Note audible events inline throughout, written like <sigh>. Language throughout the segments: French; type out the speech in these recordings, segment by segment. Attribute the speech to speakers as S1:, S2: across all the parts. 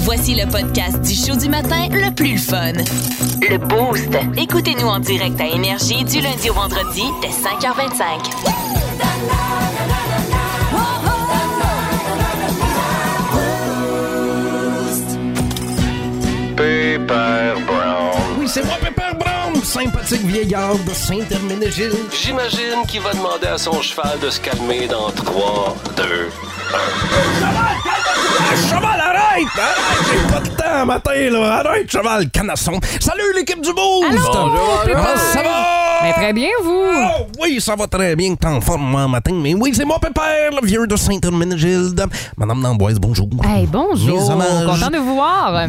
S1: Voici le podcast du show du matin le plus le fun. Le Boost. Écoutez-nous en direct à Énergie du lundi au vendredi dès 5h25.
S2: Paper Brown.
S3: Oui, c'est moi, Pepper Brown, sympathique vieillard de Saint-Herménégil.
S2: J'imagine qu'il va demander à son cheval de se calmer dans 3, 2.
S3: Cheval, arrête! Arrête, j'ai pas de temps, matin, là. Arrête, cheval, canasson. Salut, l'équipe du Boost! Bonjour, Comment ça va?
S4: Mais très bien, vous!
S3: Oh, oui, ça va très bien que t'es en forme, moi, matin. Mais oui, c'est moi, Pépère, le vieux de Saint-Herménégilde. Madame D'Amboise, bonjour.
S4: Hey, bonjour!
S3: Mes hommages.
S4: Content de vous voir!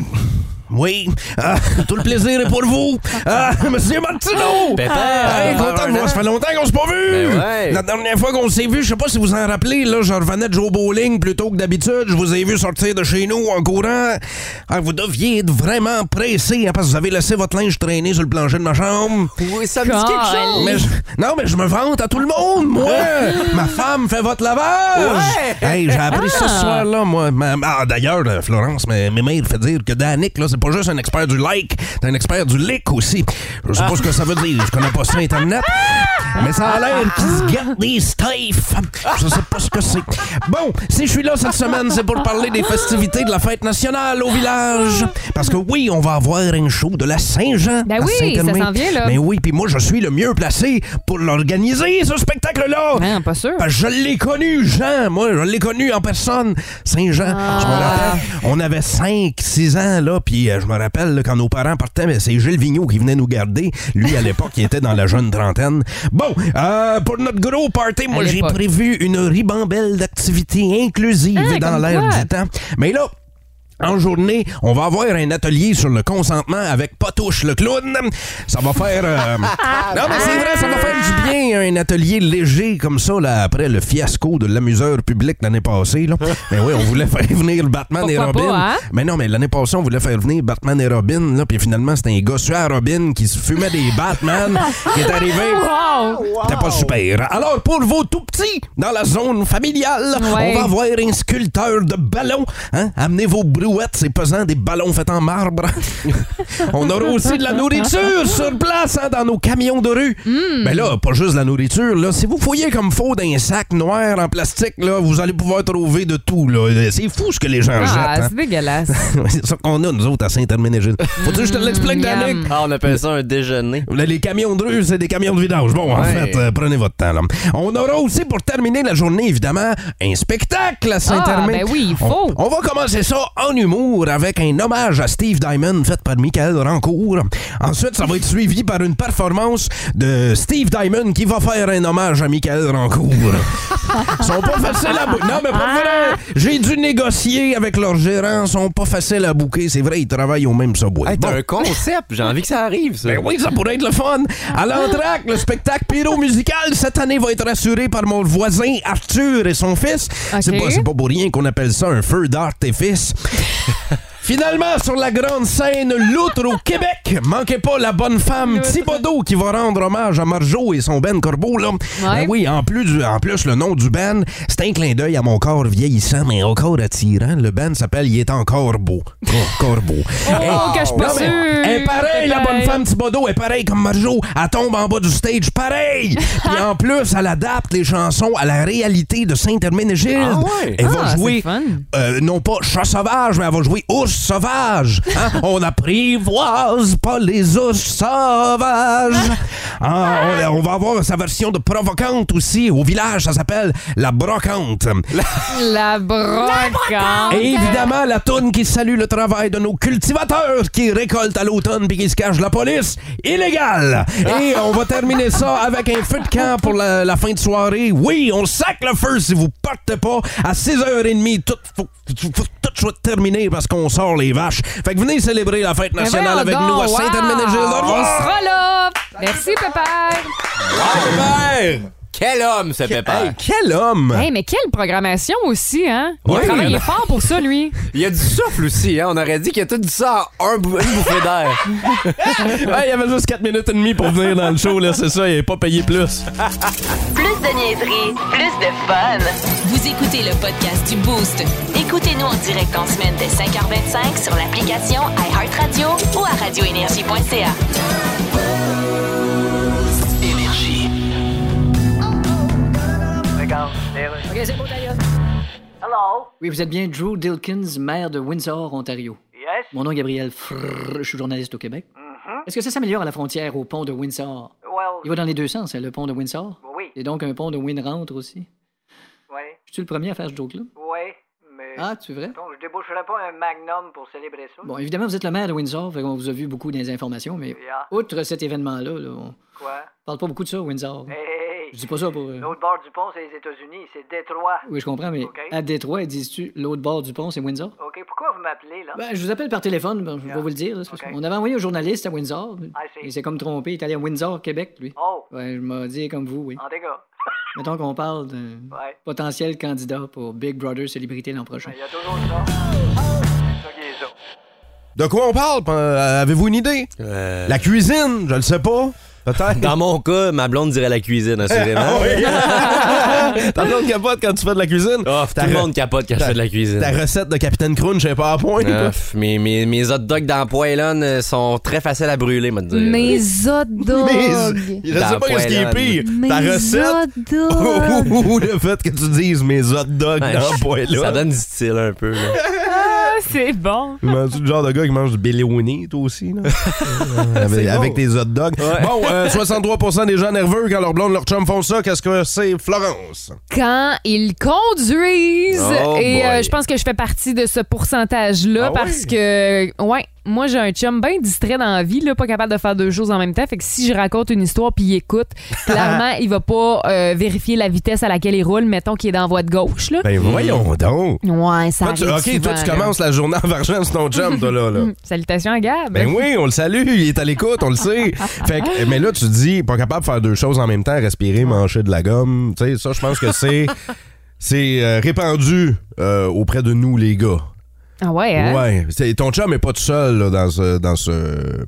S3: Oui, Ah, tout le plaisir est pour vous. Ah, Monsieur Martineau! Hey, content de voir, ça fait longtemps qu'on s'est pas vu! La dernière fois qu'on s'est vu, je sais pas si vous en rappelez, là, je revenais de jouer au bowling plutôt que d'habitude. Je vous ai vu sortir de chez nous en courant. Ah, vous deviez être vraiment pressé hein, parce que vous avez laissé votre linge traîner sur le plancher de ma chambre.
S5: Ça me dit quelque chose.
S3: Mais je- non, mais je me vante à tout le monde, moi! ma femme fait votre lavage! Hey, j'ai appris ça ce soir-là, moi. Ma- ah, D'ailleurs, euh, Florence, mais mes mères fait dire que Danick, là, c'est pas juste un expert du like, c'est un expert du lick aussi. Je sais pas ce que ça veut dire, je connais pas ça Internet. mais ça a l'air qu'il se gâte des steifs. Je sais pas ce que c'est. Bon, si je suis là cette semaine, c'est pour parler des festivités de la fête nationale au village. Parce que oui, on va avoir un show de la Saint-Jean.
S4: Ben
S3: à
S4: oui, ça
S3: Saint-Hermé.
S4: s'en vient, là.
S3: Mais oui, puis moi, je suis le mieux placé pour l'organiser, ce spectacle-là.
S4: Hein, pas sûr.
S3: Parce que je l'ai connu, Jean, moi, je l'ai connu en personne, Saint-Jean.
S4: Ah.
S3: Je me rappelle, on avait 5, 6 ans, là, puis euh, je me rappelle, là, quand nos parents partaient, mais c'est Gilles Vigneault qui venait nous garder. Lui, à l'époque, il était dans la jeune trentaine. Bon, euh, pour notre gros party, moi, j'ai
S4: l'époque.
S3: prévu une ribambelle d'activités inclusives
S4: Ah,
S3: et dans
S4: comme
S3: l'air
S4: quoi?
S3: du temps. Mais là, en journée, on va avoir un atelier sur le consentement avec Patouche le clown. Ça va faire... euh, non, mais c'est vrai, ça va faire du bien, un atelier léger comme ça, là, après le fiasco de l'amuseur public l'année passée. Là. Mais oui, on voulait faire venir le Batman et
S4: Pourquoi
S3: Robin.
S4: pas, hein?
S3: Mais non, mais l'année passée, on voulait faire venir Batman et Robin, là, puis finalement, c'était un gars sur la Robin qui se fumait des
S4: <laughs>
S3: Batman, qui est arrivé...
S4: Wow!
S3: C'était pas super. Alors, pour vos tout petits, dans la zone familiale,
S4: Ouais.
S3: on va avoir un sculpteur de ballons. Hein? Amenez vos brouettes, c'est pesant, des ballons faits en marbre. <laughs> on aura aussi de la nourriture sur place, hein, dans nos camions de rue.
S4: Mm.
S3: Mais là, pas juste de la nourriture. Là. Si vous fouillez comme faux dans un sac noir en plastique, là, vous allez pouvoir trouver de tout. Là. C'est fou ce que les gens
S4: Ah,
S3: jettent.
S4: c'est dégueulasse.
S3: hein. <laughs> c'est ça qu'on a, nous autres, à Saint-Herménégil. Faut-tu que je te l'explique,
S4: Mm,
S3: Danick?
S4: yum.
S5: Ah, on appelle ça un déjeuner.
S3: Là, Les camions de rue, c'est des camions de vidange. Bon, en
S5: Ouais.
S3: fait, euh, prenez votre temps. là. On aura aussi, pour terminer la journée, évidemment, un spectacle à Saint-Hermé.
S4: Ah, ben oui, il faut.
S3: On, on va commencer ça en humour avec un hommage à Steve Diamond fait par Michael Rancourt. Ensuite, ça va être suivi par une performance de Steve Diamond qui va faire un hommage à Michael Rancourt. Ils sont pas faciles à bouquer. Non, mais pour vrai, j'ai dû négocier avec leur gérant. Ils sont pas faciles à bouquer. C'est vrai, ils travaillent au même subway.
S5: Hey, t'as
S3: Bon.
S5: un concept, j'ai envie que ça arrive, ça.
S3: Ben oui, ça pourrait être le fun. À l'entraque, le spectacle pyro musical cette année va être assuré par mon voisin Arthur et son fils. C'est
S4: Ok.
S3: pas, c'est pas pour rien qu'on appelle ça un feu
S4: <laughs>
S3: d'artifice. Finalement, sur la grande scène Loutre au Québec, manquez pas la bonne femme Thibodeau qui va rendre hommage à Marjo et son Ben Corbeau. Là. Ben oui, en plus, du- en plus, le nom du Ben, c'est un clin d'œil à mon corps vieillissant, mais encore attirant. Le Ben s'appelle Il est encore beau. Oh, Corbeau. Hey,
S4: Oh, que je suis pas
S3: non, mais
S4: sûre.
S3: Elle est pareille, la
S4: Peut-être.
S3: bonne femme Thibodeau, elle est pareille comme Marjo. Elle tombe en bas du stage,
S4: <laughs>
S3: pareil. Puis en plus, elle adapte les chansons à la réalité de Saint-Herménégilde.
S5: Ah ouais?
S3: Elle va
S4: Ah,
S3: jouer,
S4: c'est fun.
S3: euh, non pas chat sauvage, mais elle va jouer ours sauvage.
S4: <laughs>
S3: Hein? on apprivoise pas les ours
S4: <laughs>
S3: sauvages. Ah, on, on va avoir sa version de provocante aussi. Au village, ça s'appelle la brocante.
S4: La brocante.
S3: Et évidemment, la toune qui salue le travail de nos cultivateurs qui récoltent à l'automne puis qui se cachent la police, illégal.
S4: Ah.
S3: Et on va terminer ça avec un feu de camp pour la, la fin de soirée. Oui, on sac le feu si vous partez pas. À 6h30, tout, faut, faut- faut tout soit terminé parce qu'on sort les vaches. Fait que venez célébrer la fête
S4: Mais
S3: nationale
S4: Eh
S3: avec
S4: voyons donc,
S3: nous à
S4: wow.
S3: Saint-Herménégilde. Au
S4: On
S3: revoir.
S4: sera là. Merci, pépère.
S5: Ah, Pépère! Quel homme, ce pépère!
S3: Hey, quel homme!
S4: Hey, mais quelle programmation aussi, hein? Il
S3: Ouais.
S4: travaille fort pour ça, lui.
S5: Il y a du souffle aussi, hein? On aurait dit qu'il y a tout dit ça en un bou- une bouffée d'air.
S3: Hey, il avait juste 4 minutes et demie pour venir dans le show, là, c'est ça, il n'est pas payé plus.
S1: Plus de niaiserie, plus de fun. Vous écoutez le podcast du Boost. Écoutez-nous en direct en semaine dès 5h25 sur l'application iHeartRadio ou à radioénergie.ca.
S6: Oui, vous êtes bien Drew Dilkins, maire de Windsor, Ontario. Yes. Mon nom est Gabriel Frrr, je suis journaliste au Québec.
S7: Mm-hmm.
S6: Est-ce que ça s'améliore à la frontière au pont de Windsor? Il va dans les deux sens, hein, le pont de Windsor. Oui. Et donc un pont de Winrentre aussi. Oui. Je suis le premier à faire ce joke-là?
S7: Ouais, mais
S6: Ah, tu es vrai?
S7: donc je déboucherai pas un magnum pour célébrer ça.
S6: Bon, évidemment, vous êtes le maire de Windsor, on vous a vu beaucoup des informations, mais
S7: Yeah.
S6: outre cet événement-là, là, on
S7: Quoi?
S6: parle pas beaucoup de ça, Windsor.
S7: Hey, hey,
S6: Je
S7: hey.
S6: dis pas ça pour... euh,
S7: L'autre bord du pont, c'est les États-Unis, c'est Détroit.
S6: Oui, je comprends, mais
S7: Ok.
S6: à Détroit, dis-tu, l'autre bord du pont, c'est Windsor?
S7: OK, pourquoi vous m'appelez, là?
S6: Ben, je vous appelle par téléphone, ben, je vais vous le dire. là, c'est parce
S7: Ok.
S6: qu'on avait envoyé un journaliste à Windsor.
S7: see.
S6: Il s'est comme trompé. Il est allé à Windsor, Québec, lui.
S7: Oh,
S6: Ouais, je m'en dis comme vous, oui.
S7: en dégâts.
S6: Mettons qu'on parle d'un
S7: Ouais.
S6: potentiel candidat pour Big Brother Célébrité l'an prochain.
S7: Il y a toujours ça. C'est ça qui est ça.
S3: De quoi on parle? euh, Avez-vous une idée?
S5: Euh,
S3: La cuisine, je le sais pas. Peut-être.
S5: <laughs>
S3: <laughs> Ah
S5: Dans mon cas, ma blonde dirait la cuisine, assurément. <laughs>
S3: T'as besoin de capote quand tu fais de la cuisine?
S5: Oh, tout
S3: Ta
S5: le
S3: re-
S5: monde capote quand je fais de la cuisine.
S3: Ta recette de Capitaine Crunch est pas à point.
S5: Ah, pff, mes, mes, mes hot dogs dans la poêlonne euh, sont très faciles à brûler, me dire.
S8: Mes hot
S3: Mais
S8: dogs.
S3: je sais
S5: Dans
S3: pas ce qui est
S5: poêlonne.
S3: pire.
S8: Mes
S3: Ta recette
S8: hot dogs.
S3: <laughs> ou ou le fait que tu dises mes hot dogs
S5: Ouais,
S3: dans le poêlon.
S5: Ça donne du style un peu. là.
S4: C'est bon.
S3: Manges-tu le genre de gars qui mange du Belloni, toi aussi? <laughs> Là? Euh, avec, avec tes hot dogs. Bon, <laughs> euh, 63 des gens nerveux quand leur blonde, leur chum font ça. Qu'est-ce que c'est, Florence?
S4: Quand ils conduisent,
S5: Oh
S4: et
S5: boy.
S4: euh, je pense que je fais partie de ce pourcentage-là
S3: Ah
S4: parce que, ouais, moi j'ai un chum bien distrait dans la vie, là, pas capable de faire deux choses en même temps. Fait que si je raconte une histoire puis
S3: <laughs>
S4: il écoute, clairement, il va pas euh, vérifier la vitesse à laquelle il roule, mettons qu'il est dans la voie de gauche. Là.
S3: Ben voyons donc.
S4: Ouais, ça
S3: Toi, tu-
S4: arrive
S3: ok, toi, tu
S4: souvent, là. Hmm. Hum,
S3: commences la journée en vargeant sur ton chum, toi, là. là.
S4: Salutations à Gab.
S3: Ben oui, on le salue, il est à l'écoute, on le
S4: <laughs>
S3: sait. Fait que, mais là, tu dis, pas capable de faire deux choses en même temps, respirer, manger de la gomme. Tu sais, ça, je pense que
S4: <laughs>
S3: c'est c'est euh, répandu euh, auprès de nous, les gars.
S4: Ah ouais, hein?
S3: Ouais. C'est- ton chum est pas tout seul là, dans ce dans ce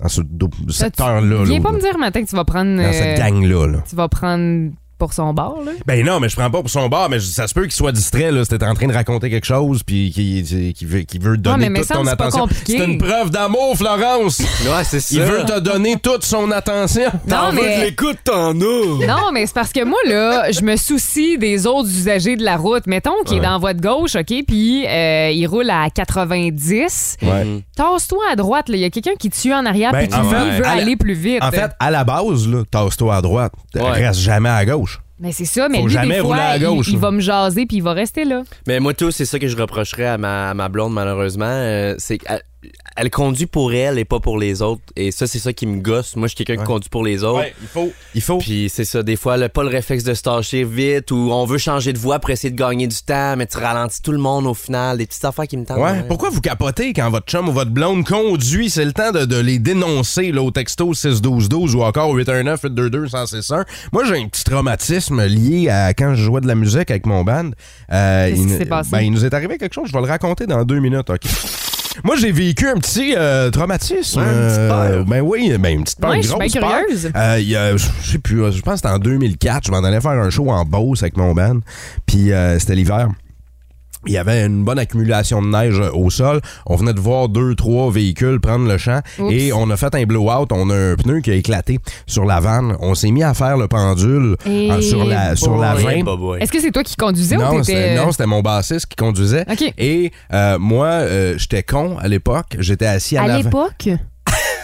S3: dans ce dou- secteur-là.
S4: Viens
S3: là,
S4: pas
S3: là.
S4: me dire matin que tu vas prendre.
S3: dans
S4: euh,
S3: cette gang-là. là.
S4: tu vas prendre pour son bar, là.
S3: Ben non, mais je prends pas pour son bar, mais je- ça se peut qu'il soit distrait. là. C'était en train de raconter quelque chose, puis qu'il qu'il veut, qu'il veut donner
S4: mais me
S3: toute
S4: semble
S3: ton
S4: que c'est pas
S3: attention.
S4: compliqué.
S3: C'est une preuve d'amour,
S4: <laughs>
S3: Florence.
S5: Ouais, c'est ça.
S3: Il veut te donner toute son attention.
S4: Non, mais.
S5: l'écoute, t'en as.
S4: Non, mais c'est parce que moi, là, je me soucie des autres usagers de la route. Mettons qu'il est dans la voie de gauche, OK, puis euh, il roule à 90.
S3: Ouais.
S4: Tasse-toi à droite, là. Il y a quelqu'un qui te tue en arrière
S3: Ben,
S4: puis qui,
S3: en
S4: lui,
S3: fait,
S4: veut
S3: à la-
S4: aller plus vite.
S3: En fait, à la base, là, tasse-toi à droite.
S5: Ouais.
S3: Reste jamais à gauche.
S4: mais c'est ça, mais
S3: faut
S4: lui,
S3: jamais
S4: des fois,
S3: rouler à
S4: il-
S3: gauche,
S4: il,
S3: là.
S4: va me jaser puis il va rester là.
S5: Mais moi, tout, c'est ça que je reprocherais à ma, à ma blonde, malheureusement. euh, c'est qu'elle elle conduit pour elle et pas pour les autres. Et ça, c'est ça qui me gosse. Moi, je suis quelqu'un
S3: Ouais.
S5: qui conduit pour les autres.
S3: il faut. Il faut.
S5: Puis c'est ça, des fois, le, pas le réflexe de se tâcher vite ou on veut changer de voie pour essayer de gagner du temps, mais tu ralentis tout le monde au final. Des petites affaires qui me tentent.
S4: euh.
S3: Ouais. Pourquoi vous capotez quand votre chum ou votre blonde conduit? C'est le temps de, de les dénoncer là, au texto 61212 ou encore au 819-822-161. Moi, j'ai un petit traumatisme lié à quand je jouais de la musique avec mon band. Euh,
S4: Qu'est-ce
S3: il,
S4: qui
S3: ne-
S4: s'est passé?
S3: ben, il nous est arrivé quelque chose. Je vais le raconter dans deux minutes. OK. Moi, j'ai vécu un petit euh, traumatisme. Euh, ben oui, ben, une petite peur,
S4: Ouais,
S3: une
S4: je suis
S3: grosse
S4: bien
S3: peur.
S4: curieuse.
S3: Euh, il y a- je sais plus, euh, je pense que c'était en 2004. Je m'en allais faire un show en Beauce avec mon band. Puis euh, c'était l'hiver. Il y avait une bonne accumulation de neige euh, au sol. On venait de voir deux, trois véhicules prendre le champ
S4: Oups.
S3: et on a fait un blowout. On a un pneu qui a éclaté sur la vanne. On s'est mis à faire le pendule
S4: Eh
S3: euh, sur la, sur la
S4: boy.
S3: vingt.
S4: Est-ce que c'est toi qui conduisais ou
S3: Ben, Non,
S4: t'étais.
S3: c'était, non, c'était mon bassiste qui conduisait.
S4: OK.
S3: Et euh, moi, euh, j'étais con à l'époque. J'étais assis en
S4: à
S3: avant.
S4: l'époque?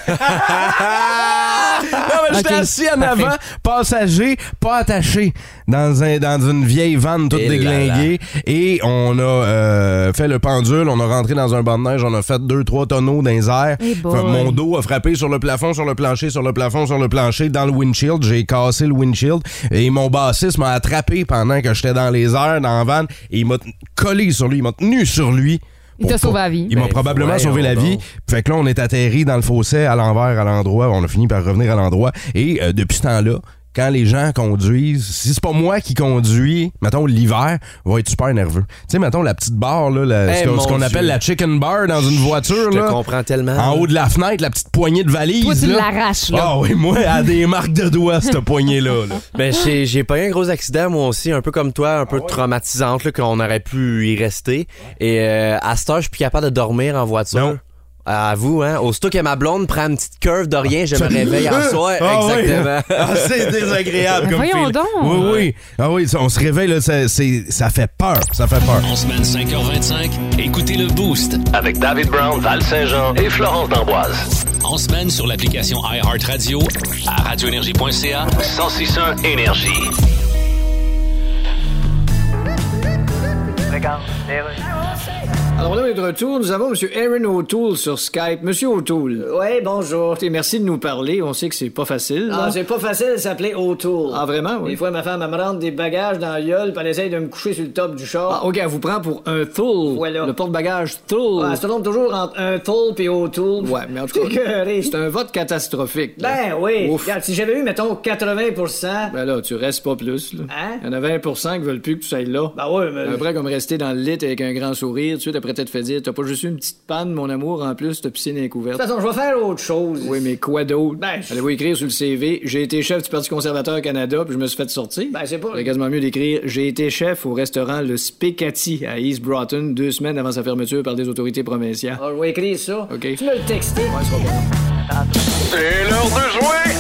S3: Ah! Non, mais j'étais
S4: Ok,
S3: assis en
S4: parfait.
S3: avant, passager, pas attaché, dans, un, dans une vieille vanne toute
S4: Eh
S5: Et là
S3: déglinguée. Et on a euh, fait le pendule, on a rentré dans un banc de neige, on a fait deux, trois tonneaux dans les airs.
S4: Eh boy.
S3: Fait que mon dos a frappé sur le plafond, sur le plancher, sur le plafond, sur le plancher, dans le windshield. J'ai cassé le windshield et mon bassiste m'a attrapé pendant que j'étais dans les airs, dans la vanne, et il m'a t- collé sur lui, il m'a tenu sur lui.
S4: Il t'a
S3: Pour
S4: sauvé
S3: pas-
S4: la vie.
S3: il m'a
S5: Ben,
S3: probablement
S5: voyons
S3: sauvé la vie.
S5: donc.
S3: Fait que là, on est atterri dans le fossé, à l'envers, à l'endroit. On a fini par revenir à l'endroit. Et euh, depuis ce temps-là, quand les gens conduisent, si c'est pas moi qui conduis, mettons l'hiver, va être super nerveux. Tu sais, mettons la petite barre, là, la-
S5: Eh,
S3: ce qu'on- ce
S5: mon
S3: qu'on
S5: Dieu.
S3: appelle la chicken bar dans une voiture.
S5: Je te
S3: là.
S5: comprends tellement.
S3: En haut de la fenêtre, la petite poignée de valise.
S4: Toi, tu
S3: là.
S4: l'arraches, là.
S3: Ah oui, moi, à des marques de doigts, cette poignée-là.
S5: <laughs>
S3: là.
S5: Ben, j'ai j'ai pas eu un gros accident, moi aussi, un peu comme toi, un peu
S3: Ah
S5: traumatisante, là, qu'on aurait pu y rester. Et euh, à cette heure, je suis plus capable de dormir en voiture.
S3: Non.
S5: À vous, hein. Aussitôt que ma blonde prend une petite curve de rien,
S3: <laughs>
S5: je me réveille en soi.
S3: Ah oui.
S5: Exactement.
S3: <laughs> Ah, c'est désagréable
S4: Mais
S3: comme
S4: voyons
S3: feeling.
S4: donc.
S3: Oui, oui. Ah oui, ça- on se réveille, là, ça, c'est- ça fait peur. Ça fait peur.
S8: En semaine 5h25, écoutez le Boost.
S2: Avec David Brown, Val Saint-Jean et Florence D'Amboise.
S8: En semaine sur l'application iHeartRadio, à radioénergie.ca.
S2: 1061 Énergie.
S7: Regarde, les rues.
S6: Alors là, on est de retour. Nous avons M. Aaron O'Toole sur Skype. Monsieur O'Toole. Oui, bonjour. merci de nous parler. On sait que c'est pas facile. là.
S9: Ah, c'est pas facile de s'appeler autour.
S6: Ah, vraiment, oui.
S9: Des fois, ma femme, elle me rentre des bagages dans la gueule, puis elle essaye de me coucher sur le top du char.
S6: Ah, OK, elle vous prend pour un Thule.
S9: Voilà.
S6: Le porte-bagages Thule.
S9: Ah, elle se trompe toujours entre un tour puis autour.
S6: ouais, mais en
S9: <laughs>
S6: tout
S9: C'est
S6: cas,
S9: écœuré.
S6: c'est un vote catastrophique. là.
S9: Ben oui.
S6: Ouf.
S9: Regarde, si j'avais eu, mettons, 80
S6: Ben là, tu restes pas plus. Là.
S9: Hein?
S6: Il y en a 20 qui veulent plus que tu ailles là.
S9: Ben ouais, mais-
S6: Euh, Après, comme rester dans le lit avec un grand sourire, tu sais, après t'être fait dire, t'as pas juste eu une petite panne, mon amour, en plus, ta piscine est
S9: De
S6: couverte.
S9: toute façon, je vais faire autre chose.
S6: Oui, mais quoi d'autre?
S9: Ben, je-
S6: Allez-vous écrire sur le CV, j'ai été chef du Parti conservateur Canada, puis je me suis fait sortir?
S9: Ben, c'est pas.
S6: C'est quasiment mieux d'écrire J'ai été chef au restaurant Le Spicati à East Broughton deux semaines avant sa fermeture par des autorités provinciales.
S9: Ah, je vais écrire ça.
S6: OK.
S9: Tu me le texter.
S2: C'est l'heure de jouer!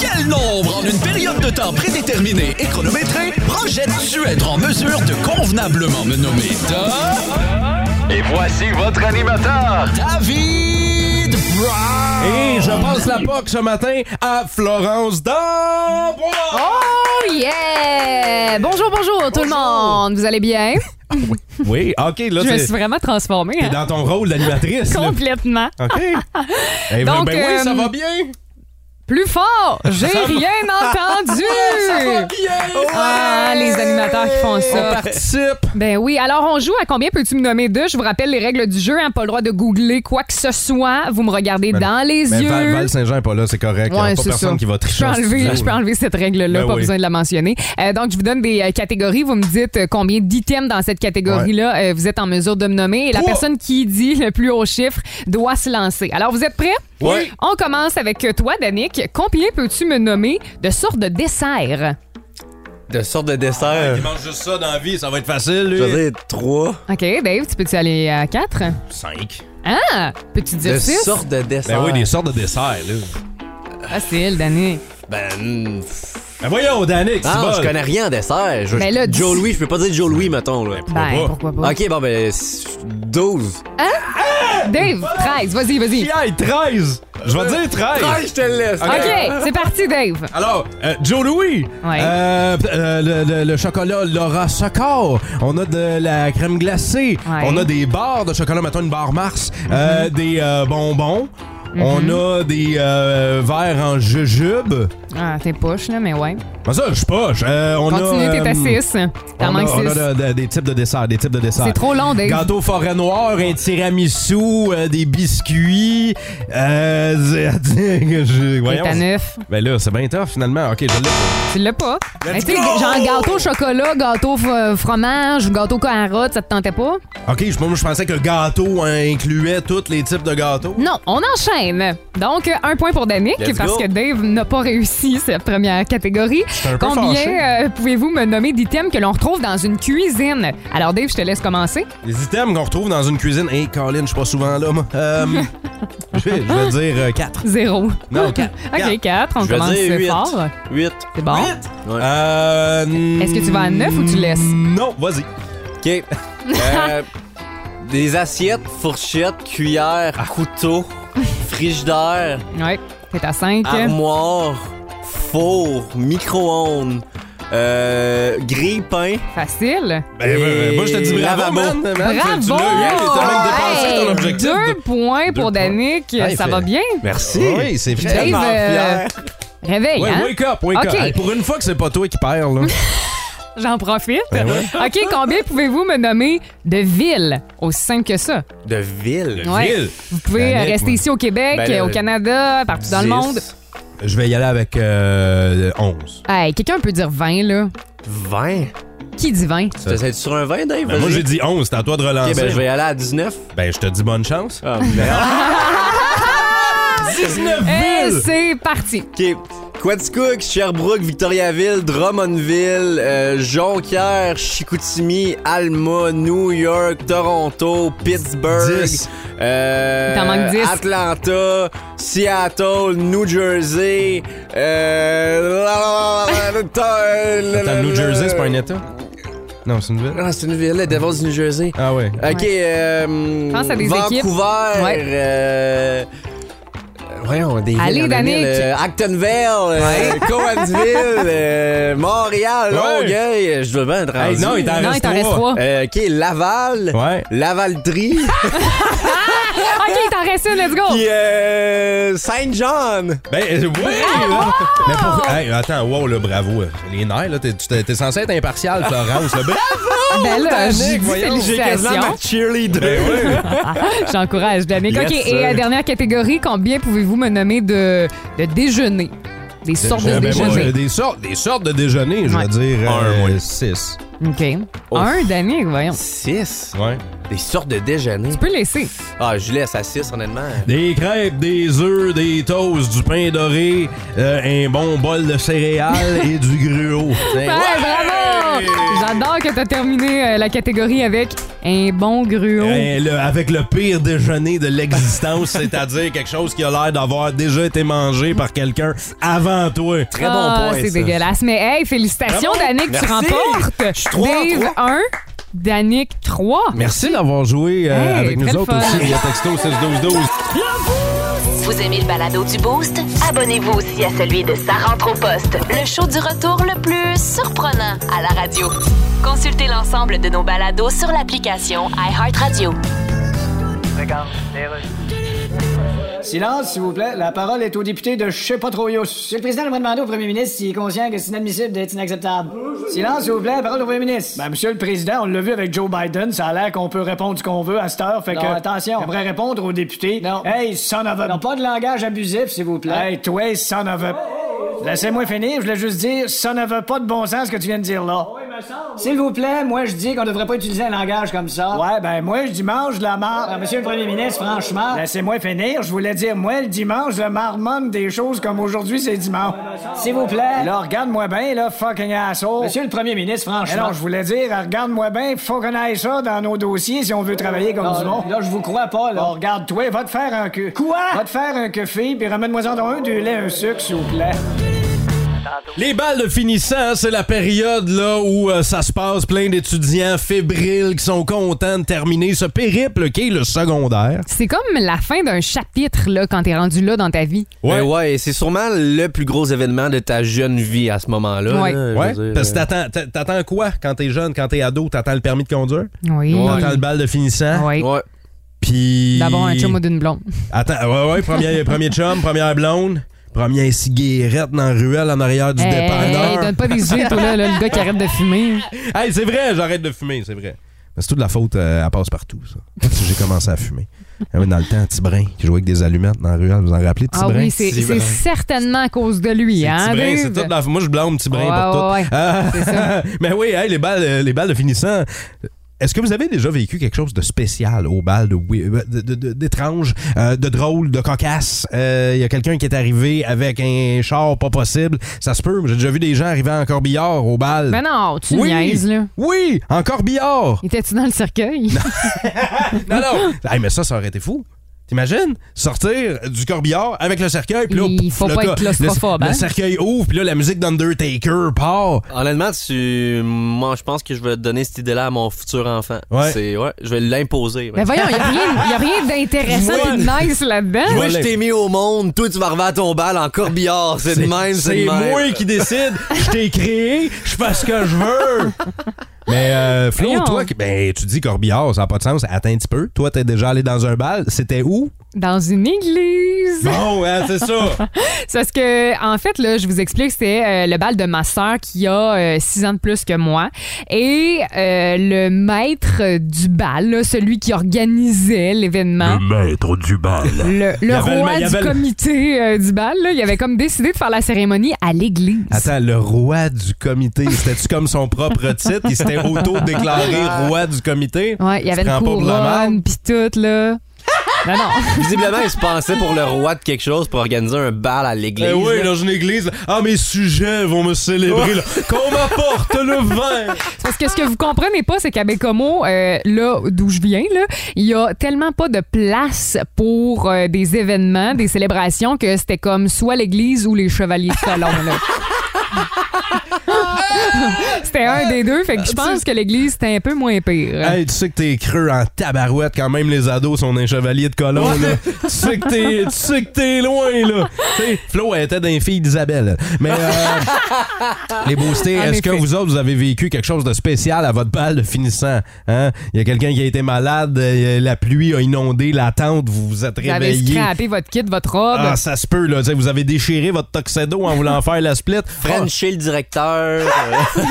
S8: Quel nombre en une période de temps prédéterminée et chronométrée projettes-tu être en mesure de convenablement me nommer Tom,
S2: Et voici votre animateur,
S8: David Brown?
S3: Et je passe la POC ce matin à Florence D'Amboise.
S4: Oh yeah! Bonjour, bonjour, tout le monde! Vous allez bien?
S3: Oui, OK, là,
S4: Je me
S3: t'es
S4: suis vraiment transformée.
S3: t'es dans
S4: hein?
S3: ton rôle d'animatrice. là.
S4: Complètement.
S3: OK. Eh ben,
S4: Donc,
S3: ben oui, ça
S4: euh,
S3: va bien.
S4: Plus fort!
S3: <laughs>
S4: J'ai rien entendu! Ah, les animateurs qui font
S3: On
S4: ça.
S3: participe.
S4: Ben oui, alors on joue à combien peux-tu me nommer deux? Je vous rappelle les règles du jeu, hein, pas le droit de googler quoi que ce soit. Vous me regardez
S3: Ben,
S4: dans les
S3: Ben,
S4: yeux.
S3: Val, Val Saint-Jean n'est pas là, c'est correct. Il n'y a
S4: Ouais,
S3: pas
S4: c'est
S3: personne
S4: ça.
S3: qui va tricher.
S4: Je peux
S3: en
S4: enlever,
S3: studio,
S4: je peux
S3: là.
S4: enlever cette règle-là,
S3: Ben
S4: pas
S3: oui.
S4: besoin de la mentionner. Euh, donc, je vous donne des euh, catégories. Vous me dites euh, combien d'items dans cette catégorie-là euh, vous êtes en mesure de me nommer. Et la
S3: Trois.
S4: personne qui dit le plus haut chiffre doit se lancer. Alors, vous êtes prêts?
S3: Oui.
S4: On commence avec toi, Danick. Combien peux-tu me nommer de sortes de desserts?
S5: <laughs> De sorte de dessert.
S3: Il mange juste ça dans la vie, ça va être facile,
S5: Je
S3: lui.
S5: veux dire, trois.
S4: OK, Dave, tu peux-tu aller à 4?
S3: Cinq.
S4: Ah! Peux-tu dire
S5: De
S4: 6?
S5: sorte de dessert.
S3: Ben oui, des sortes de desserts, là.
S4: Facile, Ah, Danick.
S5: Ben, hmm,
S3: Ben voyons, Danick, c'est
S5: non,
S3: bon.
S5: je connais rien en dessert. Je-
S4: Mais Ben là,
S5: Joe
S4: dis-
S5: Louis, je peux pas dire Joe Louis, mettons. Là.
S4: Ben, pourquoi pas?
S5: Ok, bon, ben, s- 12.
S4: Dave, 13, vas-y, vas-y.
S3: Aïe, 13. Je
S5: Euh,
S3: vais dire 13.
S5: Ah, je te laisse.
S4: OK, c'est parti, Dave.
S3: Alors, euh, Joe Louis,
S4: Ouais.
S3: Euh, euh, le, le- le chocolat Laura Socor, on a de la crème glacée,
S4: Ouais. Mm-hmm.
S3: on a des barres de chocolat, mettons une barre Mars, Euh, des euh, bonbons, on a des euh, verres en jujube.
S4: Ah, t'es poche, là, mais ouais.
S3: Ben ça, je suis poche. Euh, on
S4: Continue,
S3: a,
S4: t'es
S3: euh,
S4: à 6.
S3: on
S4: T'en
S3: a,
S4: manques
S3: on a
S4: 6.
S3: de- de- des types de desserts, des types de desserts.
S4: C'est trop long, Dave.
S3: Gâteau forêt noire, un tiramisu, euh, des biscuits. Euh, <laughs> je,
S4: T'es
S3: voyons.
S4: à 9.
S3: Ben là, c'est bien tough finalement. Ok, je l'ai.
S4: Tu l'as pas. Mais
S3: Let's
S4: tu sais,
S3: go!
S4: genre gâteau au chocolat, gâteau f- fromage, gâteau carotte, ça te tentait pas?
S3: Ok, je, moi, je pensais que le gâteau hein, incluait tous les types de gâteaux.
S4: Non, on enchaîne. Donc, un point pour Danick,
S5: Let's
S4: parce
S5: go.
S4: que Dave n'a pas réussi cette première catégorie.
S3: un peu fâché.
S4: Combien euh, pouvez-vous me nommer d'items que l'on retrouve dans une cuisine? Alors, Dave, je te laisse commencer.
S3: Les items qu'on retrouve dans une cuisine. Hey, Colin, je suis pas souvent là, moi. Euh,
S4: <laughs>
S3: je, vais, je vais dire euh, 4.
S4: Zéro.
S3: Non, quatre.
S4: <laughs> OK, 4. On
S5: Je vais
S4: commence
S5: dire huit.
S4: fort.
S5: 8.
S4: C'est bon. Est-ce que tu vas à neuf ou tu laisses?
S3: Euh, Non, vas-y.
S5: Ok. <laughs> Euh, des assiettes, fourchettes, cuillères,
S3: Ah.
S5: couteau, frigidaire,
S4: Ouais, t'es à 5.
S5: armoire, four, micro-ondes, euh, grille-pain.
S4: Facile.
S3: Ben, ben, moi, je te dis
S5: Et
S3: bravo,
S5: lavabo.
S3: man. Man,
S4: Bravo!
S3: Tu, tu l'as eu, t'as même dépassé
S4: Hey,
S3: ton objectif.
S4: Deux points pour
S3: points.
S4: Danick.
S3: Hey,
S4: ça
S3: fait-
S4: va bien?
S5: Merci.
S3: Oui, c'est
S5: J'ai
S3: vrai.
S4: Dave,
S5: tellement
S4: euh,
S5: fier.
S4: réveille,
S3: Ouais,
S4: hein?
S3: wake up, wake
S4: OK.
S3: up. Hey, pour une fois que c'est pas toi qui perds,
S4: <laughs>
S3: là.
S4: J'en profite.
S3: Ben ouais.
S4: <laughs> OK, combien pouvez-vous me nommer de villes? Aussi simple que ça.
S5: De ville.
S4: Ouais.
S3: Ville.
S4: Vous pouvez
S3: Danick,
S4: rester
S3: moi.
S4: ici au Québec,
S5: Ben là,
S4: au Canada, partout dans le
S5: Dix.
S4: monde.
S3: Je vais y aller avec euh, 11.
S4: Hey, quelqu'un peut dire 20, là.
S5: 20?
S4: Qui dit 20?
S5: Tu essaies sur un 20, Dave?
S3: Ben, moi, j'ai dit 11. C'est à toi de relancer.
S5: Ok, ben, je vais aller à 19.
S3: Ben, je te dis bonne chance. <laughs>
S5: Ah, merde.
S3: 19
S4: Hey, c'est parti.
S5: OK. Quaticook, Sherbrooke, Victoriaville, Drummondville, euh, Jonquière, Chicoutimi, Alma, New York, Toronto, Pittsburgh,
S3: Dix.
S5: euh,
S4: Il t'en manque dix.
S5: Atlanta, Seattle, New Jersey, euh, la- la- la- la- la- la- la-
S3: Attends, New Jersey, c'est pas un état? Non, c'est une ville.
S5: Ah, c'est une ville, les Devils du New Jersey.
S3: Ah ouais.
S5: OK, euh,
S4: Pense à des
S5: Vancouver,
S4: équipes. Ouais.
S5: euh, voyons, des villes,
S4: Allez,
S5: il y en a
S4: Danick.
S5: mille, euh, Actonville, euh, <laughs> Cowansville, euh, Montréal,
S3: Ouais.
S5: Longueuil, euh, je dois bien être
S3: Hey,
S5: rendu.
S3: non, il t'en
S4: non, il
S3: reste
S4: t'en reste
S3: 3.
S4: trois.
S5: Euh, OK, Laval,
S3: Ouais.
S4: <laughs>
S5: Lavaldrie,
S4: OK, il t'en reste une, let's go.
S5: puis euh, Saint-John.
S3: Ben, euh, oui! là. Mais pour... Hey, attends, wow, là, bravo. euh, Les nerfs, là, t'es, tu t'es- t'es censé être impartial, Florence. là. Bravo!
S4: Ben là, j'ai dit
S5: J'ai quasiment
S4: félicitations.
S5: ma cheerleader.
S3: Ben
S4: J'encourage Danick.
S5: Yes,
S4: OK, et
S5: sir.
S4: la dernière catégorie, combien pouvez-vous me nommer de, de déjeuner? Des sortes de
S3: Ben, moi, j'ai
S4: déjeuner.
S3: des, sortes, des sortes de déjeuner, je
S4: Ouais.
S3: vais dire. euh,
S5: Un, moi.
S3: 6.
S4: OK.
S5: Ouf.
S4: Un, Danick, voyons. Tu
S5: Six?
S3: Ouais.
S5: Des sortes de déjeuners.
S4: peux laisser.
S5: Ah, je laisse à six, honnêtement.
S3: Des crêpes, des œufs, des toasts, du pain doré, euh, un bon bol de céréales et du gruau. <laughs>
S4: Ouais, bravo! J'adore que t'as terminé euh, la catégorie avec un bon
S5: Oh.
S4: gruau.
S3: Eh, le- avec le pire déjeuner de
S5: <laughs>
S3: l'existence, c'est-à-dire quelque chose qui a l'air d'avoir déjà été mangé par quelqu'un avant toi.
S5: Très bon
S4: Ah,
S5: point,
S4: C'est
S5: ça.
S4: dégueulasse. Mais hey, félicitations,
S5: Bravo.
S4: Danick, tu
S5: Merci.
S4: remportes.
S5: Je suis trois en
S4: Dave,
S5: trois.
S4: 1. Danick, 3.
S3: Merci d'avoir joué euh,
S4: Hey,
S3: avec
S4: très
S3: nous
S4: le
S3: autres
S4: fun.
S3: aussi via texto 61212.
S1: Vous aimez le balado du Boost? Abonnez-vous aussi à celui de Sa rentre au poste, le show du retour le plus surprenant à la radio. Consultez l'ensemble de nos balados sur l'application iHeartRadio.
S7: Regarde, les rues.
S6: Silence, s'il vous plaît. La parole est au député de je sais pas trop Yous. Monsieur le Président, j'aimerais demander au Premier ministre s'il est conscient que c'est inadmissible d'être inacceptable. Silence, s'il vous plaît. La parole au Premier ministre. Ben, Monsieur le Président, on l'a vu avec Joe Biden. Ça a l'air qu'on peut répondre ce qu'on veut à cette heure. Fait que. attention. J'aimerais répondre au député. Non. Hey, son of a. Non, pas de langage abusif, s'il vous plaît. Hey, toi, son of a. Laissez-moi finir, je voulais juste dire, ça ne veut pas de bon sens ce que tu viens de dire là. S'il vous plaît, moi je dis qu'on devrait pas utiliser un langage comme ça. Ouais, ben moi je dimanche la marre. monsieur le premier ministre, franchement. Laissez-moi finir, je voulais dire, moi le dimanche, je marmonne des choses comme aujourd'hui c'est dimanche. ben, S'il vous plaît. Là, regarde-moi bien, là, fucking asshole. Monsieur le premier ministre, franchement. Non, je voulais dire, regarde-moi bien, faut qu'on aille ça dans nos dossiers si on veut travailler comme du monde. Là, je vous crois pas, là. regarde-toi, va te faire un queue. Quoi? Va te faire un queue fille, puis ramène-moi en un, du lait, un sucre, s'il vous plaît.
S3: Les balles de finissant, hein, c'est la période là où euh, ça se passe plein d'étudiants fébriles qui sont contents de terminer ce périple qui est le secondaire.
S4: C'est comme la fin d'un chapitre là, quand t'es rendu là dans ta vie.
S5: Ouais, ouais, et c'est sûrement le plus gros événement de ta jeune vie à ce moment-là.
S4: Ouais.
S5: là, je
S3: Ouais,
S5: veux dire,
S3: parce que
S5: euh,
S3: t'attends, t'a- t'attends quoi quand t'es jeune, quand t'es ado, t'attends le permis de conduire,
S4: Oui.
S3: t'attends le balle de finissant,
S4: Oui.
S5: Ouais.
S3: puis
S4: D'avoir un chum ou d'une blonde.
S3: Attends, ouais, ouais, premier, premier chum, première blonde, première cigarette dans la ruelle en arrière du
S4: Hey,
S3: dépanneur.
S4: donne pas des yeux, toi, là, là, le gars qui arrête de
S5: <laughs>
S4: fumer.
S3: Hey, c'est vrai, j'arrête de fumer, c'est vrai. Mais c'est toute la faute euh, à passe-partout, ça. Parce que j'ai commencé à fumer. Ah oui, Dans le temps, Tibrin, qui jouait avec des allumettes dans la ruelle, vous en rappelez,
S4: Ah
S3: Tibrin?
S4: oui, c'est c'est certainement à cause de lui,
S3: C'est
S4: hein,
S3: Tibrin,
S4: Dave?
S3: c'est toute la... Moi, je blâme Tibrin
S4: Ouais,
S3: pour tout.
S4: ouais, ouais.
S3: Ah,
S4: C'est ça.
S3: <laughs> mais oui, hey, les, balles, euh, les balles de finissant. Est-ce que vous avez déjà vécu quelque chose de spécial aux balles de oui- de- de- de- d'étrange, euh, de drôle, de cocasse? Euh, Il y a quelqu'un qui est arrivé avec un char pas possible. Ça se peut, j'ai déjà vu des gens arriver en corbillard aux balles.
S4: Ben non, tu
S3: oui,
S4: niaises, là.
S3: oui, en corbillard.
S4: Il Était-tu dans le cercueil?
S3: Non, non. <laughs> Hey, mais ça, ça aurait été fou. T'imagines? Sortir du corbillard avec le cercueil, puis là,
S4: Il faut
S3: pff,
S4: pas
S3: le
S4: être
S3: ca- le-
S4: claustrophobe,
S3: Le,
S4: hein?
S3: cercueil ouvre, puis là, la musique d'Undertaker part.
S5: Honnêtement, tu... moi, je pense que je vais donner cette idée-là à mon futur enfant.
S3: Ouais.
S5: C'est... ouais je vais l'imposer.
S4: Ben voyons, il n'y a rien, y a rien d'intéressant et de nice là-dedans.
S5: Moi, je t'ai mis au monde. Toi, tu vas revenir à ton bal en corbillard. C'est de même,
S3: C'est
S5: c'est de même.
S3: moi qui décide. Je t'ai créé. Je fais ce que je
S4: <laughs>
S3: veux. Mais euh, Flo,
S4: Voyons.
S3: toi, qui- ben, tu dis corbillard, ça n'a pas de sens. Attends un petit peu. Toi, t'es déjà allé dans un bal. C'était où?
S4: Dans une église. surprise.
S3: Bon, ouais, c'est ça.
S4: C'est parce que, en fait, là, je vous explique, c'était euh, le bal de ma sœur qui a euh, six ans de plus que moi. Et euh, le maître euh, du bal, là, celui qui organisait l'événement,
S3: maître du bal.
S4: le, le
S3: y avait le-
S4: roi
S3: il y
S4: du
S3: avait le-
S4: comité euh, du bal, là, il avait comme décidé de faire la cérémonie à l'église.
S3: <laughs> Attends, le roi du comité, c'était-tu comme son propre titre? Il s'était auto-déclaré roi du comité?
S4: Ouais, il
S3: Tu
S4: y avait une
S3: prends pas pour la merde?
S4: couronne, puis
S3: <laughs>
S4: tout, là. Non, non.
S5: Visiblement, il se pensait pour le roi de quelque chose pour organiser un bal à l'église.
S3: Eh oui,
S5: là.
S3: dans une église. là. Ah, mes sujets vont me célébrer. là. Qu'on m'apporte le vin.
S4: Parce que ce que vous comprenez pas, c'est qu'à Bécomo, euh, là d'où je viens, là, il y a tellement pas de place pour euh, des événements, des célébrations, que c'était comme soit l'église ou les chevaliers de colon. là. <laughs> c'était un des deux, fait que je pense que l'église c'était un peu moins pire.
S3: <laughs> Hey, tu sais que t'es creux en tabarouette quand même les ados sont un chevalier de colon. là. Tu sais que t'es, tu sais que t'es loin là. Tu sais, Flo elle était d'un fille d'Isabelle. Mais euh, les boostés,
S4: En
S3: est-ce que
S4: effet.
S3: vous autres vous avez vécu quelque chose de spécial à votre balle de finissant Hein Il y a quelqu'un qui a été malade, euh, la pluie a inondé la tente, vous vous êtes
S4: Vous avez
S3: réveillé.
S4: scrappé votre kit, votre robe.
S3: Ah, ça se peut là, Tu sais, vous avez déchiré votre tuxedo en voulant faire la split.
S5: Frenchie, le directeur. euh,
S4: <laughs>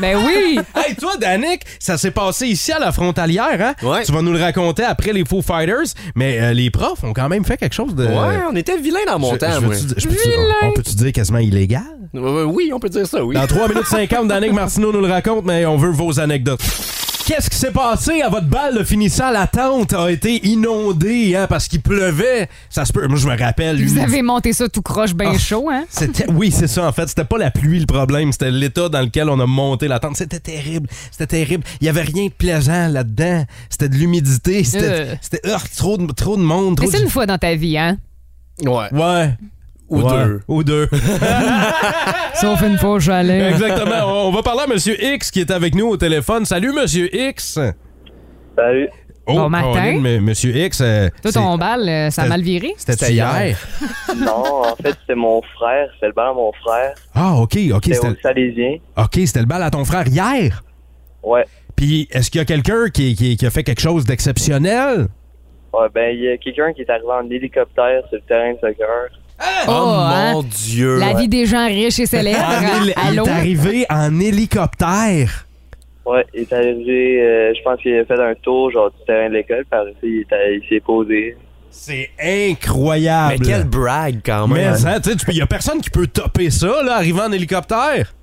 S4: Ben oui!
S3: Hey, toi, Danick, ça s'est passé ici à la frontalière, hein?
S5: Ouais.
S3: Tu vas nous le raconter après les Foo Fighters, mais euh, les profs ont quand même fait quelque chose de.
S5: ouais, on était vilain dans mon
S3: Je-
S5: temps,
S3: je
S5: moi.
S3: veux-tu dire- je peux-tu- on peut-tu dire quasiment illégal?
S5: Euh, Oui, on peut dire ça, oui.
S3: Dans 3 minutes 50, Danick Martineau nous le raconte, mais on veut vos anecdotes. Qu'est-ce qui s'est passé à votre balle de finissant? La tente a été inondée hein, parce qu'il pleuvait. Ça se peut. Moi, je me rappelle.
S4: Vous
S3: humide-
S4: avez monté ça tout croche, bien
S3: Ah.
S4: chaud, hein?
S3: C'était- oui, c'est ça, en fait. C'était pas la pluie le problème, c'était l'état dans lequel on a monté la tente. C'était terrible. C'était terrible. Il y avait rien de plaisant là-dedans. C'était de l'humidité.
S4: Euh.
S3: C'était c'était- urgh, trop, de, trop de monde.
S4: Mais
S3: Trop
S4: c'est
S3: du-
S4: une fois dans ta vie, hein?
S5: Ouais.
S3: Ouais.
S5: Ou
S3: Ouais.
S5: deux.
S3: Ou <laughs> deux.
S4: Sauf une fois, j'allais.
S3: Exactement. On- On va parler à Monsieur X qui est avec nous au téléphone. Salut, Monsieur X.
S7: Salut.
S3: Oh,
S4: Bon matin.
S3: Caroline, mais Monsieur X. euh,
S4: Toi,
S3: c'est-
S4: ton bal, euh, ça a
S3: C'était-
S4: mal viré.
S3: C'était hier.
S7: Non, en fait, c'est mon frère. C'est le bal à mon frère.
S3: Ah, OK, OK.
S7: C'est
S3: C'était
S7: au Salésien.
S3: OK, c'était le bal à ton frère hier.
S7: Ouais.
S3: Puis, est-ce qu'il y a quelqu'un qui- qui- qui a fait quelque chose d'exceptionnel?
S7: Ouais, ben, il y a quelqu'un qui est arrivé en hélicoptère sur le terrain de soccer.
S5: Oh,
S4: hein?
S5: mon Dieu.
S4: La vie des gens riches et célèbres.
S3: En héli- Ah, il
S4: Allô?
S3: est arrivé en hélicoptère.
S7: Ouais, il est arrivé, euh, je pense qu'il a fait un tour, genre, du terrain de l'école. Par ici, il, est allé- il s'est posé.
S3: C'est incroyable.
S5: Mais quelle brague, quand
S3: Mais,
S5: même.
S3: hein, tu sais, tu peux- il y a personne qui peut topper ça, là, arriver en hélicoptère.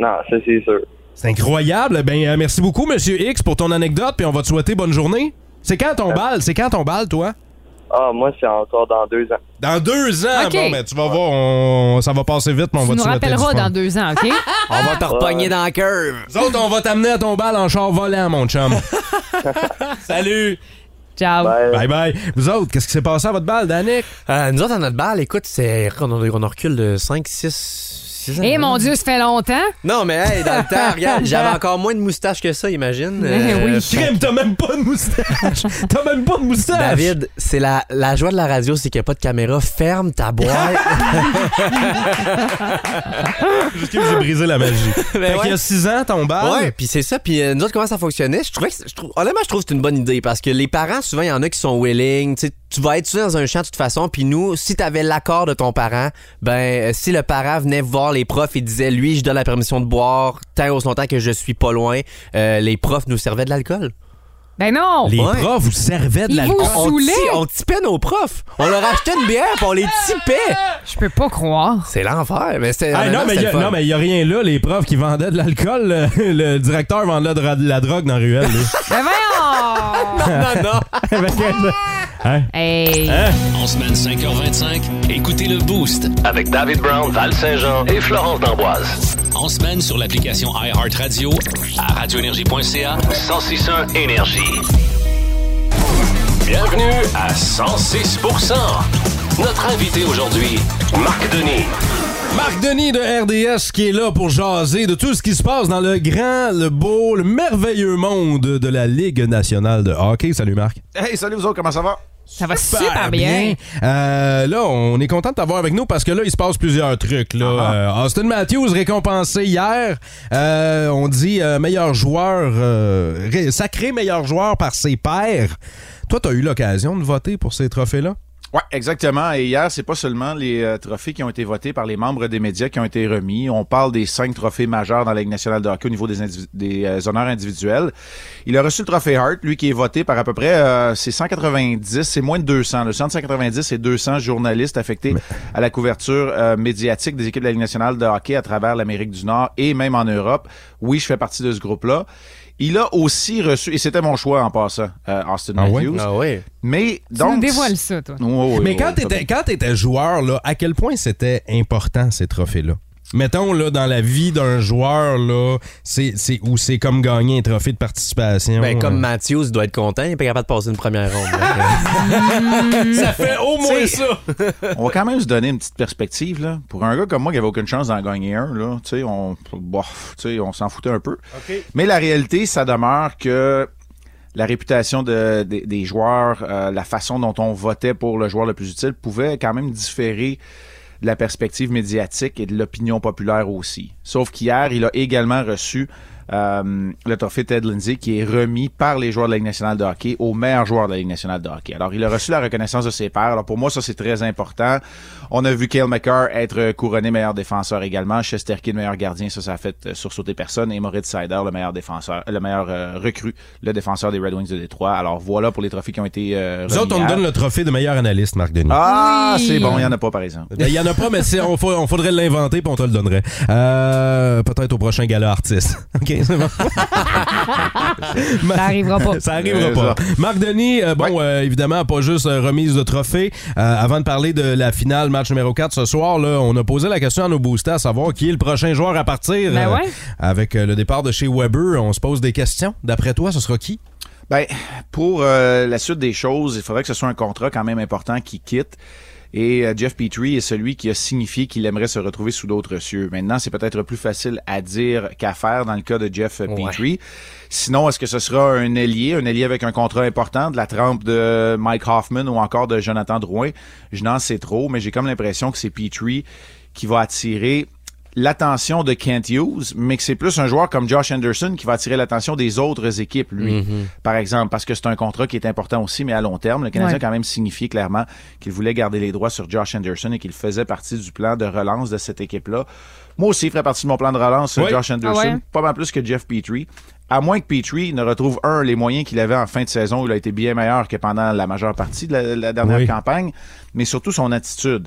S7: Non, ça, c'est sûr.
S3: C'est incroyable. Ben, euh, merci beaucoup, Monsieur X, pour ton anecdote, puis on va te souhaiter bonne journée. C'est quand ton bal? C'est quand ton bal, toi?
S7: Ah, moi, c'est encore dans deux ans.
S3: Dans deux ans.
S4: Ok.
S3: Bon, ben, tu vas voir, on- ça va passer vite, mais on va te
S4: Tu nous
S3: souhaiter
S4: rappelleras
S3: du fun.
S4: dans deux
S3: <laughs>
S4: ans, OK?
S5: On
S4: Ah.
S5: va te repogner dans la curve.
S3: Nous autres, on va t'amener à ton bal en char volant, mon chum. Salut!
S4: Ciao.
S7: Ouais.
S3: Bye bye. Vous autres, qu'est-ce qui s'est passé à votre bal, Danick?
S5: Euh, nous autres, à notre balle, écoute, c'est on, on- on en recule de 5, 6, 6 ans. hein?
S4: Eh mon Dieu, ça fait longtemps.
S5: Non, mais hey, dans le temps,
S4: <laughs>
S5: regarde, j'avais encore moins de moustache que ça, imagine. Euh,
S4: Eh oui.
S3: Crème, t'as même pas de moustache!
S5: <laughs>
S3: T'as même pas de moustache!
S5: David, c'est la, la joie de la radio, c'est qu'il n'y a pas de caméra. Ferme
S4: <laughs>
S5: ta boîte.
S3: Jusqu'à j'ai brisé la magie.
S5: <laughs> Ben
S3: fait
S5: ouais.
S3: qu'il y a 6 ans, ton bal.
S5: Ouais, puis c'est ça. Puis euh, nous autres, comment ça fonctionnait? Je trouvais que c'est- je trouve, honnêtement, je trouve que c'est une bonne idée parce que les parents, souvent, il y en a qui sont willing. Tu sais, tu vas être dans un champ de toute façon. Puis nous, si t'avais l'accord de ton parent, ben, euh, si le parent venait voir les profs et disait, lui, je donne la permission de boire tant et aussi longtemps que je suis pas loin, euh, les profs nous servaient de l'alcool.
S4: Ben non.
S3: Les
S5: Ouais.
S3: profs vous servaient de
S4: Ils
S3: l'alcool.
S4: vous-
S5: On,
S4: Saoulé.
S5: ti- on tipait nos profs. On leur achetait une bière, puis on les tipait.
S4: Je peux pas croire.
S5: C'est l'enfer. Mais c'est.
S3: Ah, non, mais il y a-
S5: <laughs>
S3: non, mais il y a rien là. Les profs qui vendaient de l'alcool, le, le directeur vendait de la, de la drogue dans la ruelle.
S5: <laughs>
S3: là.
S4: Ben
S3: <laughs>
S4: voyons.
S5: non, non.
S3: Fait que- Hein?
S4: hey.
S8: En semaine 5h25, écoutez le Boost.
S2: Avec David Brown, Val Saint-Jean et Florence D'Amboise.
S8: En semaine sur l'application iHeartRadio, à radioénergie.ca.
S2: 1061 Énergie. Bienvenue à 106 Notre invité aujourd'hui, Marc Denis.
S3: Marc Denis de RDS qui est là pour jaser de tout ce qui se passe dans le grand, le beau, le merveilleux monde de la Ligue nationale de hockey. Salut Marc.
S10: Hey, salut vous autres, comment ça va?
S4: Ça va super, bien.
S3: Euh, là, on est content de t'avoir avec nous parce que là, il se passe plusieurs trucs.
S4: Ah,
S3: Là. Euh, Austin Matthews récompensé hier. Euh, on dit euh, meilleur joueur, euh, ré- sacré meilleur joueur par ses pairs. Toi, tu as eu l'occasion de voter pour ces trophées-là?
S10: Oui, exactement. Et hier, c'est pas seulement les euh, trophées qui ont été votés par les membres des médias qui ont été remis. On parle des cinq trophées majeurs dans la Ligue nationale de hockey au niveau des, indivi- des euh, honneurs individuels. Il a reçu le trophée Hart, lui qui est voté par à peu près, euh, c'est 190, c'est moins de 200. Le 190, c'est 200 journalistes affectés à la couverture euh, médiatique des équipes de la Ligue nationale de hockey à travers l'Amérique du Nord et même en Europe. Oui, je fais partie de ce groupe-là. Il a aussi reçu, et c'était mon choix en passant, euh, Austin
S3: Ah ouais?
S10: Matthews.
S5: Ah oui.
S10: Mais
S4: Tu nous
S10: donc.
S4: dévoiles ça,
S3: <laughs>
S4: toi.
S10: Ouais, ouais,
S3: Mais
S10: ouais,
S3: quand
S10: ouais, ça
S3: t'étais, quand t'étais joueur, là, à quel point c'était important ces trophées-là? Mettons, là, dans la vie d'un joueur, là, c'est, c'est, où c'est comme gagner un trophée de participation.
S5: Ben, comme
S3: Hein.
S5: Matthews doit être content, il n'est pas capable de passer une première ronde. hein. là.
S3: Ça fait au moins ça!
S10: On va quand même se donner une petite perspective. Là. Pour un gars comme moi qui avait aucune chance d'en gagner un, là, tu sais, on, bof, tu sais, on s'en foutait un peu. Mais la réalité, ça demeure que la réputation de- des- des joueurs, euh, la façon dont on votait pour le joueur le plus utile pouvait quand même différer de la perspective médiatique et de l'opinion populaire aussi. Sauf qu'hier, il a également reçu euh, le trophée Ted Lindsay qui est remis par les joueurs de la Ligue nationale de hockey aux meilleurs joueurs de la Ligue nationale de hockey. Alors, il a reçu la reconnaissance de ses pairs. Alors, pour moi, ça, c'est très important. On a vu Kale McCarr être couronné meilleur défenseur également. Chesterkin, meilleur gardien. Ça, ça a fait euh, sursauter personne. Et Moritz Sider, le meilleur défenseur, euh, le meilleur euh, recrue, le défenseur des Red Wings de Détroit. Alors, voilà pour les trophées qui ont été euh,
S3: Nous
S10: remis
S3: autres, on
S10: hier.
S3: te donne le trophée de meilleur analyste, Marc Denis.
S10: Ah,
S4: Oui.
S10: c'est bon. Il n'y en a pas, par exemple.
S3: Ben, Il y en a pas, mais c'est- on, fa- on faudrait l'inventer puis on te le donnerait. Euh, peut-être au prochain gala artiste. <laughs> OK, c'est
S5: <laughs>
S3: bon.
S4: Ça arrivera
S3: <laughs>
S4: pas.
S3: Ça arrivera
S10: C'est
S3: pas.
S10: ça.
S3: Marc Denis, euh, bon,
S10: Ouais.
S3: euh, évidemment, pas juste euh, remise de trophée. Euh, avant de parler de la finale, match numéro 4 ce soir, là, on a posé la question à nos boosters à savoir qui est le prochain joueur à partir.
S4: Ben
S3: Euh,
S4: ouais.
S3: avec euh, le départ de chez Weber, on se pose des questions. D'après toi, ce sera qui?
S10: Ben, pour euh, la suite des choses, il faudrait que ce soit un contrat quand même important qui quitte. Et euh, Jeff Petrie est celui qui a signifié qu'il aimerait se retrouver sous d'autres cieux. Maintenant, c'est peut-être plus facile à dire qu'à faire dans le cas de Jeff euh, Petrie. Sinon, est-ce que ce sera un ailier, un ailier avec un contrat important de la trempe de Mike Hoffman ou encore de Jonathan Drouin? Je n'en sais trop, mais j'ai comme l'impression que c'est Petrie qui va attirer l'attention de Kent Hughes, mais que c'est plus un joueur comme Josh Anderson qui va attirer l'attention des autres équipes, lui, par exemple, parce que c'est un contrat qui est important aussi, mais à long terme. Le Canadien
S4: Ouais.
S10: a quand même signifié clairement qu'il voulait garder les droits sur Josh Anderson et qu'il faisait partie du plan de relance de cette équipe-là. Moi aussi, il ferait partie de mon plan de relance,
S3: Oui.
S10: Josh Anderson,
S4: Ah ouais?
S10: pas mal plus que Jeff Petrie. À moins que Petrie ne retrouve, un, les moyens qu'il avait en fin de saison où il a été bien meilleur que pendant la majeure partie de la, la dernière
S3: Oui.
S10: campagne, mais surtout son attitude.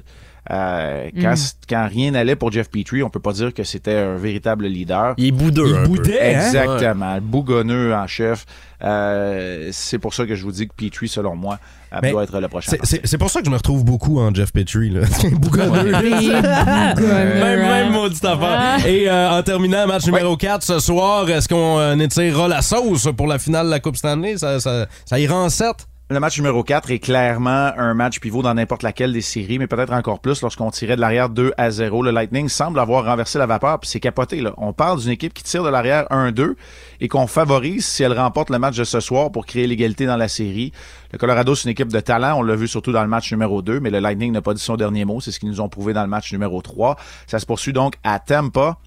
S10: Euh,
S5: Mm.
S10: quand, quand rien n'allait pour Jeff Petrie, on peut pas dire que c'était un véritable leader.
S5: Il est hein? boudeux. un peu.
S3: hein?
S10: Exactement. Bougonneux en chef. Euh, c'est pour ça que je vous dis que Petrie, selon moi, euh,
S5: Ben,
S3: Mais
S10: doit être le prochain.
S3: C'est- C'est c'est pour ça que je me retrouve beaucoup en Jeff Petrie. Là. <laughs> Bougonneux. <laughs> Même, même maudite affaire.
S4: Ah.
S3: Et euh, en terminant, match numéro 4 ce soir, est-ce qu'on euh, étirera la sauce pour la finale de la Coupe Stanley? Ça, ça, ça ira en 7?
S10: Le match numéro 4 est clairement un match pivot dans n'importe laquelle des séries, mais peut-être encore plus lorsqu'on tirait de l'arrière 2 à 0. Le Lightning semble avoir renversé la vapeur, puis c'est capoté. Là. On parle d'une équipe qui tire de l'arrière 1-2 et qu'on favorise si elle remporte le match de ce soir pour créer l'égalité dans la série. Le Colorado, c'est une équipe de talent, on l'a vu surtout dans le match numéro 2, mais le Lightning n'a pas dit son dernier mot, c'est ce qu'ils nous ont prouvé dans le match numéro 3. Ça se poursuit donc à Tampa.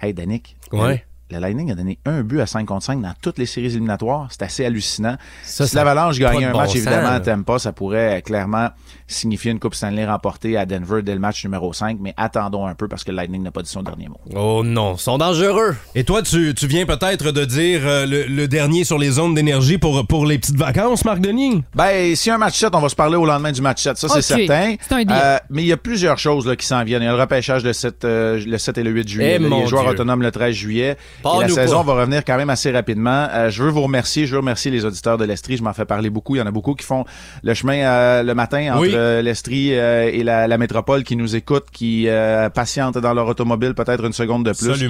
S10: Hey, Danick.
S5: Ouais.
S10: Le Lightning a donné un but à 5 contre 5 dans toutes les séries éliminatoires. C'est assez hallucinant.
S5: Ça,
S10: si
S5: ça
S10: l'Avalanche
S5: a pas
S10: gagnait
S5: de
S10: un
S5: bon
S10: match,
S5: sens,
S10: évidemment,
S5: là.
S10: à Tampa, ça pourrait euh, clairement signifier une Coupe Stanley remportée à Denver dès le match numéro 5, mais attendons un peu parce que le Lightning n'a pas dit son dernier mot.
S5: Oh non, ils sont dangereux.
S3: Et toi, tu, tu viens peut-être de dire euh, le, le dernier sur les zones d'énergie pour, pour les petites vacances, Marc Denis?
S10: Ben, si un match 7, on va se parler au lendemain du match 7, ça c'est
S4: Ok.
S10: certain. Euh,
S4: C'est un deal.
S10: mais il y a plusieurs choses là, qui s'en viennent. Il y a le repêchage le 7, euh, le 7 et le 8 juillet,
S5: Eh,
S10: là,
S5: mon
S10: les joueurs
S5: Dieu.
S10: autonomes le 13 juillet. Et la
S5: Parle-nous
S10: saison
S5: pas.
S10: va revenir quand même assez rapidement. Euh, je veux vous remercier, je veux remercier les auditeurs de l'Estrie, je m'en fais parler beaucoup. Il y en a beaucoup qui font le chemin euh, le matin entre
S3: Oui.
S10: euh, l'Estrie euh, et la, la métropole qui nous écoutent, qui euh, patientent dans leur automobile peut-être une seconde de plus.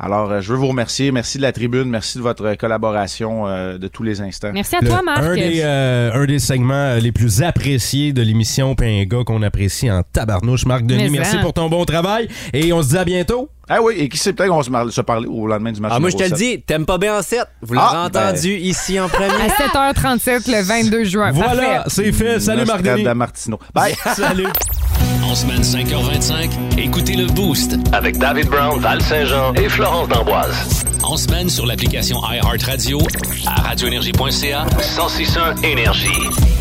S10: Alors, euh, je veux vous remercier. Merci de la tribune, merci de votre collaboration euh, de tous les instants.
S4: Merci à toi,
S3: Le-
S4: Marc.
S3: Un des, euh, un des segments euh, les plus appréciés de l'émission, puis un gars qu'on apprécie en tabarnouche. Marc Denis,
S4: Mais
S3: merci
S4: hein.
S3: pour ton bon travail et on se dit à bientôt.
S10: Ah oui, et qui sait, peut-être qu'on va se, mar- se parler au lendemain du match.
S5: Ah, moi, je te
S10: numéro
S5: le
S10: sept.
S5: dis, t'aimes pas bien en 7. Vous l'avez
S10: Ah, ben.
S5: entendu ici en premier.
S4: À
S3: <laughs>
S4: 7h37 le 22 juin.
S3: Voilà,
S4: Parfait.
S3: c'est fait. Salut Marc Denis.
S10: Nostradamus Martino. Bye!
S3: <laughs> Salut.
S8: En semaine 5h25, écoutez le Boost.
S2: Avec David Brown, Val Saint-Jean et Florence D'Amboise.
S8: En semaine sur l'application iHeartRadio à radioénergie.ca.
S2: 1061 Énergie.